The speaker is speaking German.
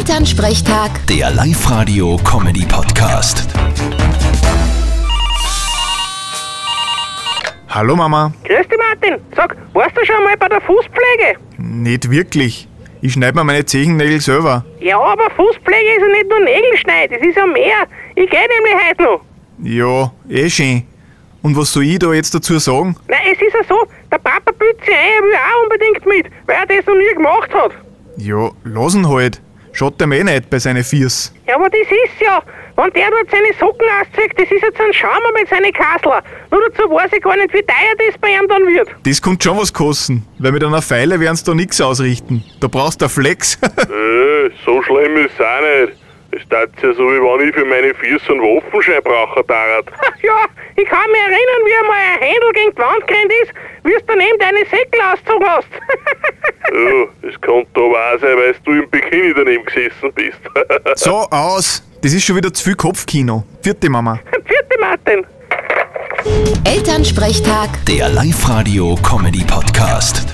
Elternsprechtag, Der Live-Radio-Comedy-Podcast. Hallo Mama, Grüß dich, Martin. Sag, warst du schon mal bei der Fußpflege? nicht wirklich. Ich schneide mir meine Zehennägel selber. Ja, aber Fußpflege ist ja nicht nur Nägel schneiden, es ist ja mehr. Ich gehe nämlich heute noch. Ja, eh schön. Und was soll ich da jetzt dazu sagen? Nein, es ist ja so, der Papa büht sich ein, er will auch unbedingt mit, weil er das noch nie gemacht hat. Ja, lassen halt. Schaut dem eh nicht bei seinen Viers. Ja, aber das ist ja. Wenn der dort seine Socken auszieht, das ist jetzt ein Schaumer mit seinen Kassler. Nur dazu weiß ich gar nicht, wie teuer das bei ihm dann wird. Das kommt schon was kosten, weil mit einer Feile werden's da nix ausrichten. Da brauchst du einen Flex. Äh, so schlimm ist es auch nicht. Es tat ja so, wie wenn ich für meine Füße einen Waffenschein brauche, Tarat. Ach ja, ich kann mich erinnern, wie einmal ein Händel gegen die Wand gerannt ist, wie du daneben deine Säckel ausgezogen hast. ja, es konnte aber auch sein, weil du im Bikini daneben gesessen bist. so, aus. Das ist schon wieder zu viel Kopfkino. Vierte Mama. Vierte Martin. Elternsprechtag. Der Live-Radio-Comedy-Podcast.